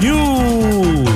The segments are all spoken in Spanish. News.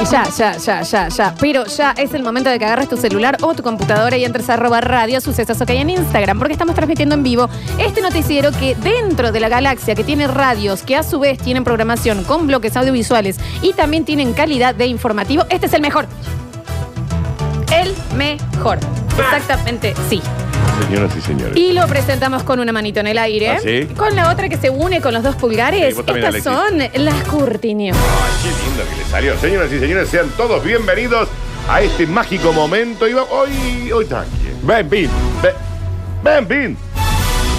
Y ya, ya, ya, ya, ya. Pero ya es el momento de que agarres tu celular o tu computadora y entres a arroba radio sucesos ok en Instagram, porque estamos transmitiendo en vivo este noticiero que dentro de la galaxia, que tiene radios, que a su vez tienen programación con bloques audiovisuales y también tienen calidad de informativo, este es el mejor. El mejor. Exactamente, sí. Señoras y señores. Y lo presentamos con una manito en el aire. ¿Ah, sí? Con la otra que se une con los dos pulgares. Sí, vos también, Estas son las curtinios. Ay, qué lindo que le salió. Señoras y señores, sean todos bienvenidos a este mágico momento. Y va- hoy, hoy tranqui. Ven, Pin. Ven, ven, Pin.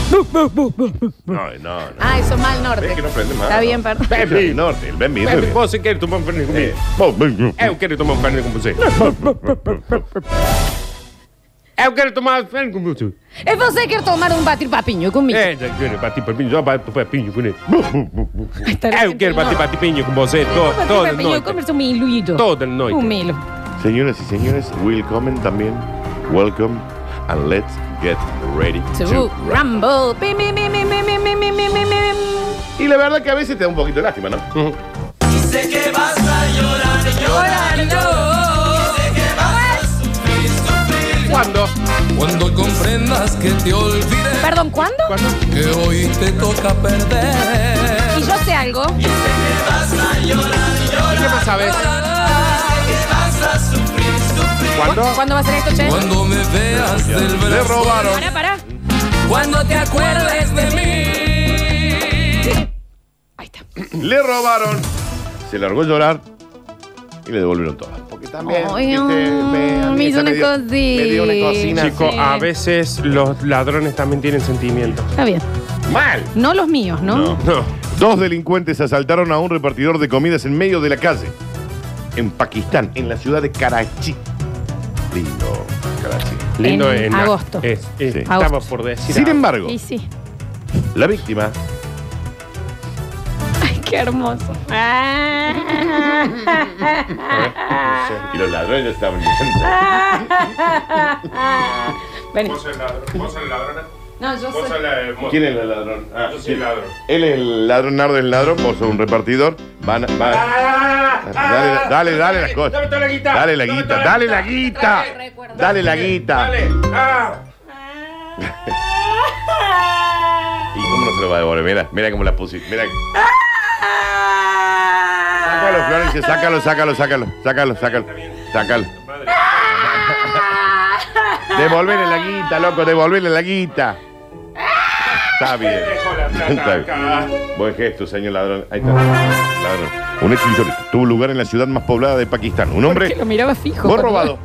No, no, no. Ah, eso mal norte. Ves que no prende más. Está ¿no? bien, perdón. Ven, Pin. Norte, el Ben Pin. Vos si querés tomar un fernet conmigo. Eh, vos, ven. Eu quero tomar um fernet com você. Eu quero tomar um fernet com você. Es vos que quiere tomar un batir papiño conmigo. É, já quero bater papinho, já bato papinho com ele. Está la Eu gente del quero bater norte. papinho com você eh, to- Batir toda papiño, noite. comerse un miluito. Toda noite. Un milo. Señoras y señores, welcome también. Welcome and let's get ready To to rumble. rumble. Bim, bim, bim, bim, bim, bim, bim, bim, bim, bim. Y la verdad que a veces te da un poquito de lástima, ¿no? Quando? Cuando comprendas que te olvidé, Perdón, ¿cuándo? que hoy te toca perder. Y yo sé algo. Que não sabes? Cuando ¿Cuándo va a ser esto, che? Cuando me veas del le brazo, robaron. Pará, pará. cuando te acuerdes de mí. Ahí está. Le robaron, se largó a llorar y le devolvieron todo. Porque también. Ay, viste, a mí me hizo esa una dio- Me dio una cosita. cocina. Chico, Sí. a veces los ladrones también tienen sentimientos. Está bien. ¡Mal! No los míos, ¿no? No. No. Dos delincuentes asaltaron a un repartidor de comidas en medio de la calle. En Pakistán, en la ciudad de Karachi. Lindo, Karachi. Lindo En en, la- agosto. Es, es- Sí. Estaba Agosto. por decir. Sin algo. embargo, Y sí. la víctima Ay, qué hermoso. Ah. y los ladrones estaban Vení. sos ladrón, vos sos ladrona, No, yo soy. la. vos- ¿Quién es el ladrón? Ah, Yo soy ¿quién? ladrón. Él es el ladrón, Nardo es el ladrón, vos sos un repartidor. Van, van- Ah, Dale, dale, dale las cosas. Dame toda la guita. Dale la Dame guita, toda la dale la guita. Dale, recuerdo. Dale la guita. Dale. Ah. Ah. ¿Y cómo no se lo va a devolver? Mira, mira cómo la puse. Mira. Sácalo, Florencia, sácalo, sácalo, sácalo, sácalo, sácalo, sácalo. Devolverle la guita, loco, devolverle la guita. Está bien. Dejo la plata Está bien. acá. Buen gesto, señor ladrón. Ahí está. Ladrón. Un hecho insólito. Tuvo lugar en la ciudad más poblada de Pakistán. Un Porque hombre lo miraba fijo. fue cuando- robado.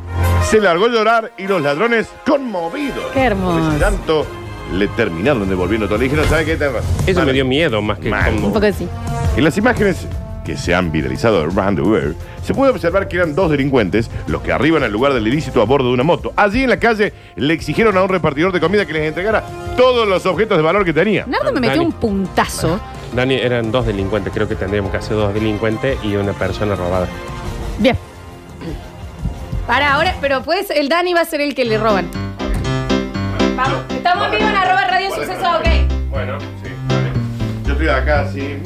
Se largó a llorar y los ladrones conmovidos. Qué hermoso. Por ese tanto, le terminaron devolviendo todo. Le dijeron, ¿sabe qué? Tenés razón. Eso Vale. me dio miedo más que Mal. Un como. poco así. En las imágenes que se han viralizado around the world, se puede observar que eran dos delincuentes los que arriban al lugar del ilícito a bordo de una moto. Allí en la calle le exigieron a un repartidor de comida que les entregara todos los objetos de valor que tenía. Nardo me metió Dani. un puntazo. Dani, eran dos delincuentes. Creo que tendríamos que hacer dos delincuentes y una persona robada. Bien. Para ahora, pero pues el Dani va a ser el que le roban. Vamos, estamos en vivo en arroba radio suceso, ok. Bueno, sí, vale. Yo estoy acá así.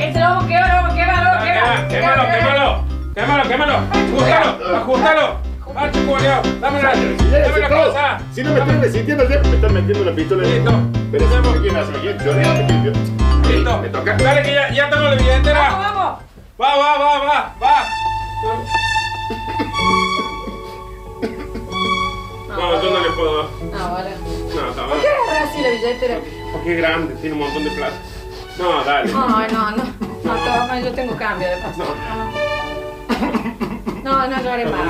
Este lo vamos a quemar, lo vamos a quemar, lo vamos a quemar. quémalo, quémalo. Ajustalo, ajustalo. Ah, chico, Leo, dame la, dame la cosa. Si no me estoy resistiendo, ya me están metiendo la pistola. Listo. Pero sabemos quién hace. ¿Quién? Yo, yo, yo. Listo. Me toca. Dale que ya, ya tengo la billetera. Vamos, vamos. Va, va, va, va, va. No, yo no le puedo dar. No, Ah, vale. No, está ¿Por qué agarras así la billetera? Porque es grande, tiene un montón de plata. No, dale. Ay, no, no. No, toma, yo tengo cambio de paso. No, no llores más.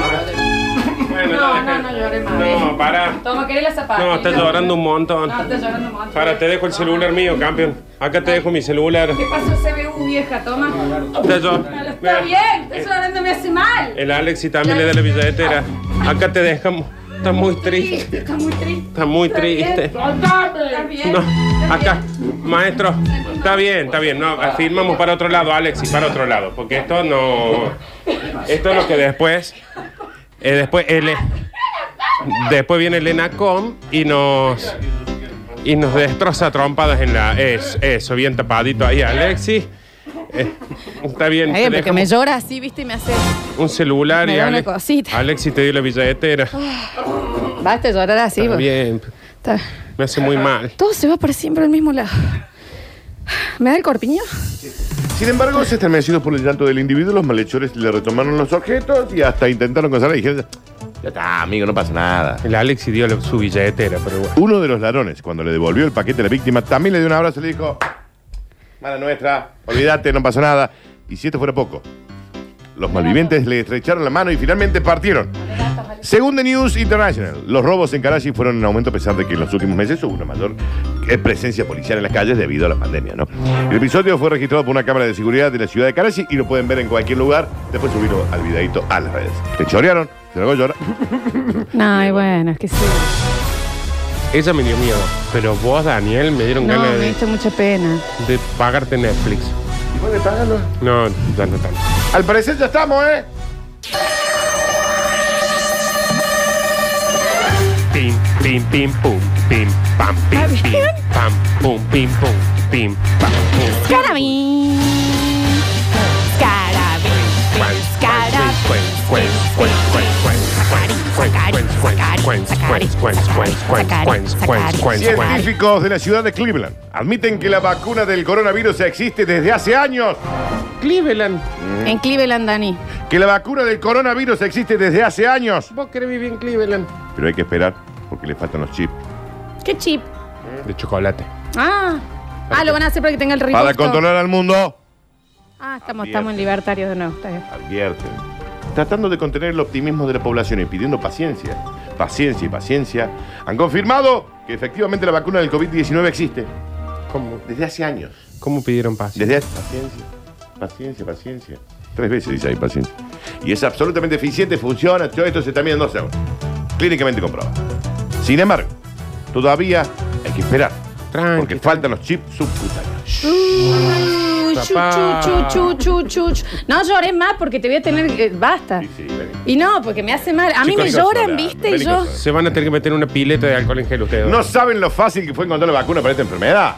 No, Bueno, deja- no, no lloré más. No, para. Toma, querés la zapatilla. No, estás llorando un montón. No, estás llorando más. Ah, Para, te dejo el celular mío, campeón. Acá te dejo mi celular. ¿Qué pasó, CBU, vieja? Toma. Está No, yo. Está Mira, Eh, bien, estás llorando, me hace mal. El Alexi también le da la billetera. Acá te dejamos. Está muy triste. Está muy triste. Está muy triste. Está bien. No, está acá, bien. maestro. Está bien, está bien. No, firmamos para otro lado, Alexi, para otro lado. Porque esto no. Esto es lo que después. eh, después, el, después viene el ENACOM y nos. Y nos destroza a trompadas en la. Es, eso, bien tapadito ahí, Alexi. Eh, está bien. Está bien, te porque me dejamos llora así, viste, y me hace. un celular me y da una Ale- cosita. Ah. Alexi te dio la billetera. Basta de llorar así, Está vos. bien. Está- Me hace muy mal. Todo se va para siempre al mismo lado. ¿Me da el corpiño? Sin embargo, se estremecidos por el llanto del individuo, los malhechores le retomaron los objetos y hasta intentaron conservar y dijeron, ya está, amigo, no pasa nada. El Alexi dio la- su billetera, pero bueno. Uno de los ladrones, cuando le devolvió el paquete a la víctima, también le dio un abrazo y le dijo, mala nuestra, olvídate, no pasó nada. Y si esto fuera poco, los malvivientes le estrecharon la mano y finalmente partieron. Según The News International, los robos en Karachi fueron en aumento a pesar de que en los últimos meses hubo una mayor eh, presencia policial en las calles debido a la pandemia, ¿no? El episodio fue registrado por una cámara de seguridad de la ciudad de Karachi y lo pueden ver en cualquier lugar, después subirlo al videito a las redes. Te chorearon, se lo voy a llorar. No, y bueno, es que sí. Ella me dio miedo, pero vos, Daniel, me dieron No, ganas me de, hizo mucha pena. de pagarte Netflix. Y bueno, págalo. No, ya no tanto. Al parecer ya estamos, ¿eh? Pim, pim, pim, pum, pim, pam, pim, ¿Está pim, bien? pam, pum, pim, pum, pim, pam, pum. Carabín. Cuen, Carabín. cuen, cuen, cuen, cuen, cuen, cuen, cuen, cuen, cuen, Sacarín, cuen, sacarín, cuen, cuen, cuen, cuen, sacarín, cuen, cuen. Científicos de la ciudad de Cleveland admiten que la vacuna del coronavirus ya existe desde hace años. Cleveland. En Cleveland, Dani. Que la vacuna del coronavirus existe desde hace años. ¿Vos querés vivir en Cleveland? Pero hay que esperar porque le faltan los chips. ¿Qué chip? De chocolate. Ah. Ah, lo van a hacer para que tenga el ritmo. Para controlar al mundo. Ah, estamos, estamos en libertarios de nuevo. Está bien. Advierten. Tratando de contener el optimismo de la población y pidiendo paciencia, paciencia y paciencia, han confirmado que efectivamente la vacuna del COVID-19 existe ¿Cómo, desde hace años. cómo pidieron paz? Desde hace- Paciencia, paciencia, paciencia. Tres veces dice ahí paciencia. Y es absolutamente eficiente, funciona, todo esto se está midiendo hace años. Clínicamente comprobado. Sin embargo, todavía hay que esperar. Tranqui, porque tranqui. faltan los chips subcutáneos. Uy, chu, Papá. chu, chu, chu, chu, chu. No llores más porque te voy a tener. eh, basta. Sí, sí, vení. Y no, porque me hace mal. A mí Chicos, me no lloran, lloran, ¿viste? Y vení yo. con Se van a tener que meter una pileta de alcohol en gel ustedes. ¿No saben lo fácil que fue encontrar la vacuna para esta enfermedad?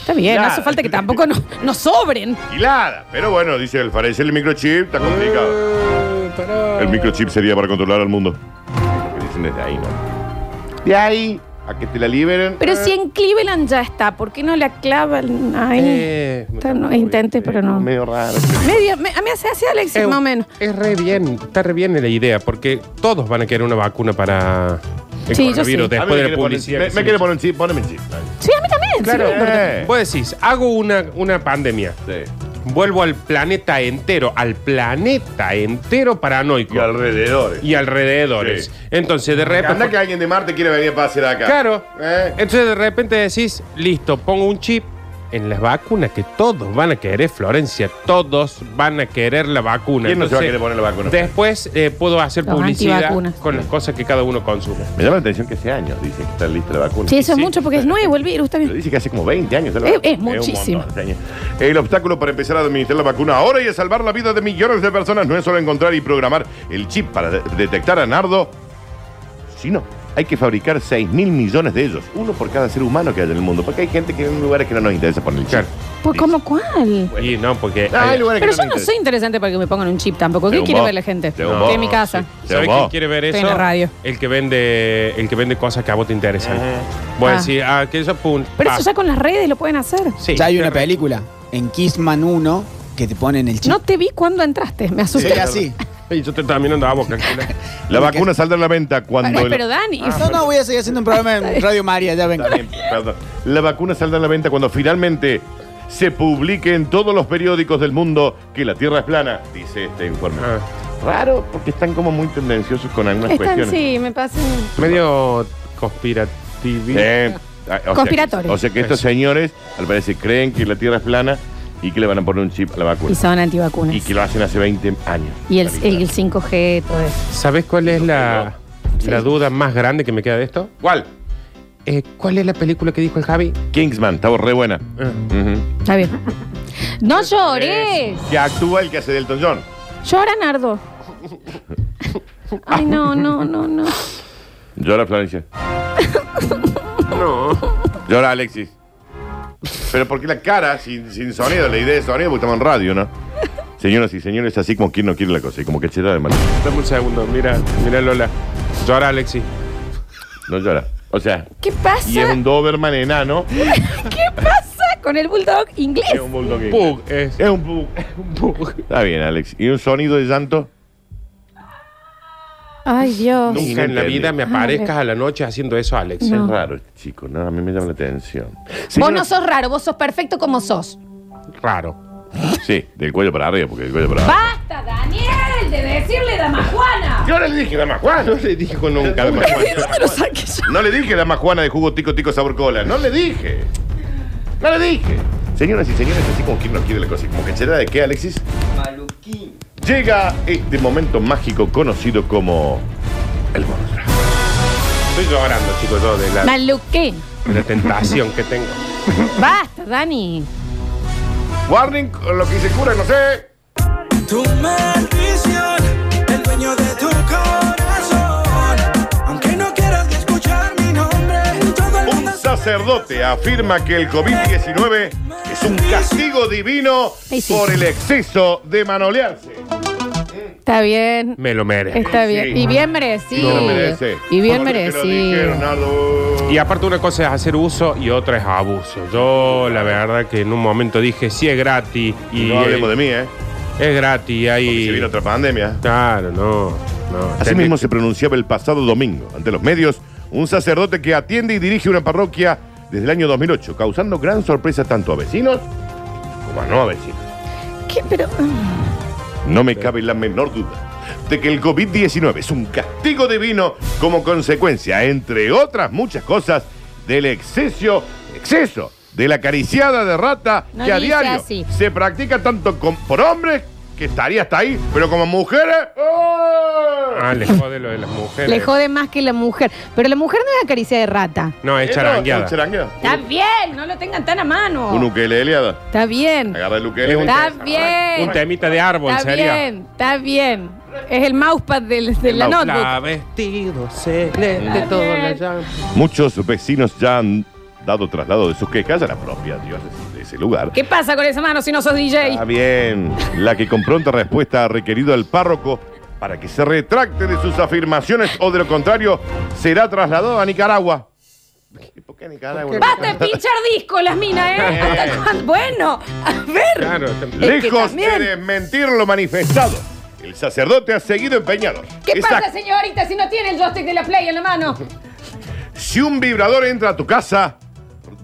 Está bien, no Ya. hace falta que tampoco nos nos sobren. Hilada. Pero bueno, dice el parecer el microchip está complicado. Eh, pará. El microchip sería para controlar al mundo. Lo que dicen desde ahí, ¿no? De ahí a que te la liberen. eh, Pero si en Cleveland ya está, ¿por qué no la clavan ahí? Eh, Está- no, intenté, pero no. Medio raro. Medio, me, a mí hace así Alexis, Eh, más o menos. Es re bien, está re bien la idea, porque todos van a querer una vacuna para el Sí, yo coronavirus sí. A mí me después de quiere la poner- publicidad. me- que Me se quiere hizo. poner un chip, poneme el chip. Dale. Sí, a mí también. sí, Claro, Eh. vos decís, hago una, una pandemia, vuelvo al planeta entero, al planeta entero paranoico Y alrededores. y alrededores. Sí. Entonces, de Anda repente. que alguien de Marte quiere venir para hacer acá. Claro. Eh. Entonces, de repente decís, listo, pongo un chip. En las vacunas que todos van a querer, Florencia, todos van a querer la vacuna. ¿Quién no se va a Entonces, querer poner la vacuna? Después eh, puedo hacer Los publicidad antivacunas. con las cosas que cada uno consume. Me llama la atención que hace años dice que está lista la vacuna. Sí, eso es Sí. mucho porque es nuevo el virus Pero también. dice que hace como 20 años. de la Es- vacuna. es un muchísimo. montón de años. El obstáculo para empezar a administrar la vacuna ahora y a salvar la vida de millones de personas no es solo encontrar y programar el chip para de- detectar a Nardo, sino hay que fabricar 6 mil millones de ellos, uno por cada ser humano que haya en el mundo. Porque hay gente que en lugares que no nos interesa poner el chip. Claro. Pues, ¿cómo cuál? Y no, porque. eh, Ah, hay lugares Pero que no yo nos no soy interesa. interesante para que me pongan un chip tampoco. ¿Qué Según quiere vos. ver la gente? Según Que vos. en mi casa. Sí. ¿Sabes Vos. quién quiere ver eso? Estoy en la radio. El que vende, el que vende cosas que a vos te interesan. Voy a Ah. decir, ah, que eso pun. Pero pa. eso ya con las redes lo pueden hacer. Sí, ya hay una pero- película en Kissman 1 que te ponen el chip. No te vi cuando entraste, me Sí, asusté. así. Ey, yo te estaba mirando a vos, calcula. La vacuna saldrá a la venta cuando... Ah, Ay, el- pero Dani, No, no, voy a seguir haciendo un programa en Radio María, ya vengo. Está bien, perdón. La vacuna saldrá a la venta cuando finalmente se publique en todos los periódicos del mundo que la Tierra es plana, dice este informe. Ah. Raro, porque están como muy tendenciosos con algunas Están, cuestiones. sí, me pasa. Medio conspirativo. Eh, ah, o Conspiratorio. sea que- o sea que estos señores, al parecer, creen que la Tierra es plana y que le van a poner un chip a la Y vacuna. son antivacunas. Y que lo hacen hace 20 años. Y el, Clarita. el, 5G, todo eso. ¿Sabes cuál es la, la duda más grande que me queda de esto? ¿Cuál? Eh, ¿Cuál es la película que dijo el Javi? Kingsman, estaba re buena. Ah. Ujú. Está bien. ¡No llores! Que actúa el que hace Delton John. Llora, Nardo. Ay, no, no, no, no. Llora Florencia. No. Llora Alexis. Pero porque la cara sin, sin sonido, la idea de sonido, porque estamos en radio, ¿no? Señoras y señores, así como quien no quiere la cosa, y como que cheta de mano. Dame un segundo, mira, mira Lola. Llora, Alexi. No llora. O sea, ¿Qué y es pasa? un Doberman enano. ¿Qué pasa con el bulldog inglés? Es un bulldog. Pug es. Es un pug. Está bien, Alex. ¿Y un sonido de llanto? Ay, Dios. Nunca en la vida me Ah, aparezcas a la noche haciendo eso, Alex. No. Es raro, chico. No, a mí me llama la atención. Vos no Señora- sos raro, vos sos perfecto como sos. Raro. Sí, del cuello para arriba, porque del cuello para arriba. ¡Basta, Daniel, de decirle dama Juana! Yo ahora le dije dama Juana. No le dijo nunca dama Juana. lo saqué yo? No le dije dama Juana de jugo tico tico sabor cola. No le dije. No le dije. Señoras y señores, así como quien no quiere la cosa. y Como que será de qué, Alexis. Llega este momento mágico conocido como el monstruo. Estoy llorando, chicos, yo de la, Maluquín. de la tentación que tengo. Basta, Dani. Warning, con lo que se cura, no sé. Tu maldición, el dueño de tu corazón. Aunque no quieras escuchar mi nombre, todo el Un mundo sacerdote afirma que el COVID-19 es un castigo divino Ahí sí. por el exceso de manolearse. Está bien. Me lo merezco. Está bien. Sí. Y bien merecido. No lo merece. Y bien Porque te lo merecido. dijeron, Nardo. Y aparte una cosa es hacer uso y otra es abuso. Yo la verdad que en un momento dije, sí es gratis y No hablemos de mí, ¿eh? es gratis Porque se ahí. viene otra pandemia. Claro, no. no. Así Tendré- mismo se pronunciaba el pasado domingo ante los medios un sacerdote que atiende y dirige una parroquia desde el año 2008, causando gran sorpresa tanto a vecinos como a no a vecinos. ¿Qué? Pero. No me cabe la menor duda de que el COVID-19 es un castigo divino como consecuencia, entre otras muchas cosas, del exceso, exceso de la cariciada de rata No que a dice diario así. se practica tanto con- por hombres, que estaría hasta ahí, pero como mujeres... ¡oh! Ah, le jode lo de las mujeres. Le jode más que la mujer. Pero la mujer no es acaricia de rata. No, es Eh, no, charangueada. es charangueada. Está bien, no lo tengan tan a mano. Un ukeleleada. Está bien. Agarra el Es ukelele. un- Está bien. Un temita de árbol Eh, Está sería. bien, está bien. Es el mousepad del, de El la mouse- notebook. La vestido celeste, Mm. todo la Está llama. Muchos vecinos ya han dado traslado de sus quejas a la propia diócesis de ese lugar. ¿Qué pasa con esa mano si no sos DJ? Está bien. La que con pronta respuesta ha requerido al párroco para que se retracte de sus afirmaciones o de lo contrario será trasladado a Nicaragua. ¿Por qué a Nicaragua? Basta de pinchar disco las minas, ¿eh? ¿Hasta cuándo? Bueno, a ver. Claro, Es que Lejos de también- desmentir lo manifestado, el sacerdote ha seguido empeñado. ¿Qué Esa- pasa, señorita, si no tiene el joystick de la Play en la mano? Si un vibrador entra a tu casa,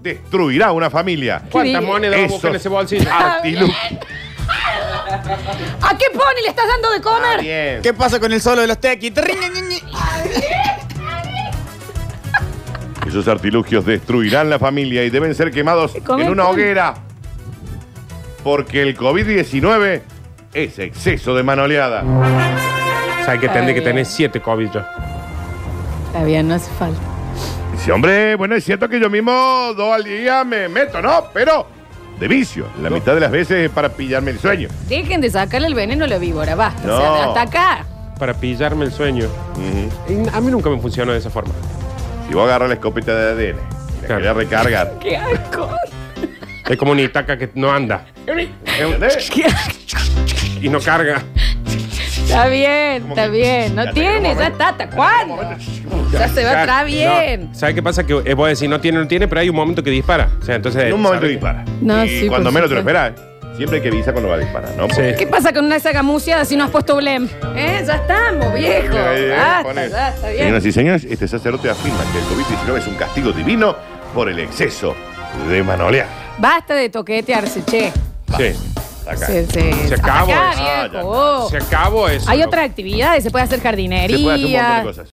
destruirá una familia. ¿Cuántas Sí. monedas vamos a buscar en Esos ese bolsillo? artilu- ¿A qué pone le estás dando de Está comer? bien. ¿Qué pasa con el solo de los tequis? Esos artilugios destruirán la familia y deben ser quemados Come en una pan. hoguera. Porque el COVID-19 es exceso de manoleada. ¿Sabes que tendré que bien. tener siete COVID yo? Está bien, no hace falta. Dice, hombre, bueno, es cierto que yo mismo dos al día me meto, ¿no? Pero de vicio. La mitad de las veces es para pillarme el sueño. Dejen de sacarle el veneno a la víbora, basta. O sea, No. hasta acá. Para pillarme el sueño. Y A mí nunca me funcionó de esa forma. Si vos agarras la escopeta de ADN y la Claro. querés recargar, Qué asco. Es como una itaca que no anda ¿entendés? Qué asco. y no carga. Está bien, está que- bien. Ya No te quedó tiene, un ya momento. está. ¿Hasta cuándo? Ya se va, está bien. ¿Sabes qué pasa? Que eh, vos decís, no tiene, no tiene, pero hay un momento que dispara. O sea, entonces. En un momento ¿sabes? dispara. No, y sí, cuando por menos te lo supuesto. esperas. Siempre hay que avisar cuando va a disparar, ¿no? Sí. ¿Qué pasa con una sagamuciada si no has puesto blem? ¿Eh? Ya estamos, viejo. Eh, eh, Basta, pones. ya está bien. Señoras y señores, este sacerdote afirma que el COVID-19 es un castigo divino por el exceso de manolear. Basta de toquetearse, che. Sí. hasta acá. Se, se- Se acabó Acá, eso. Ah, viejo. Se acabó eso. Oh. Hay loco. otras actividades, se puede hacer jardinería. Se puede hacer un montón de cosas.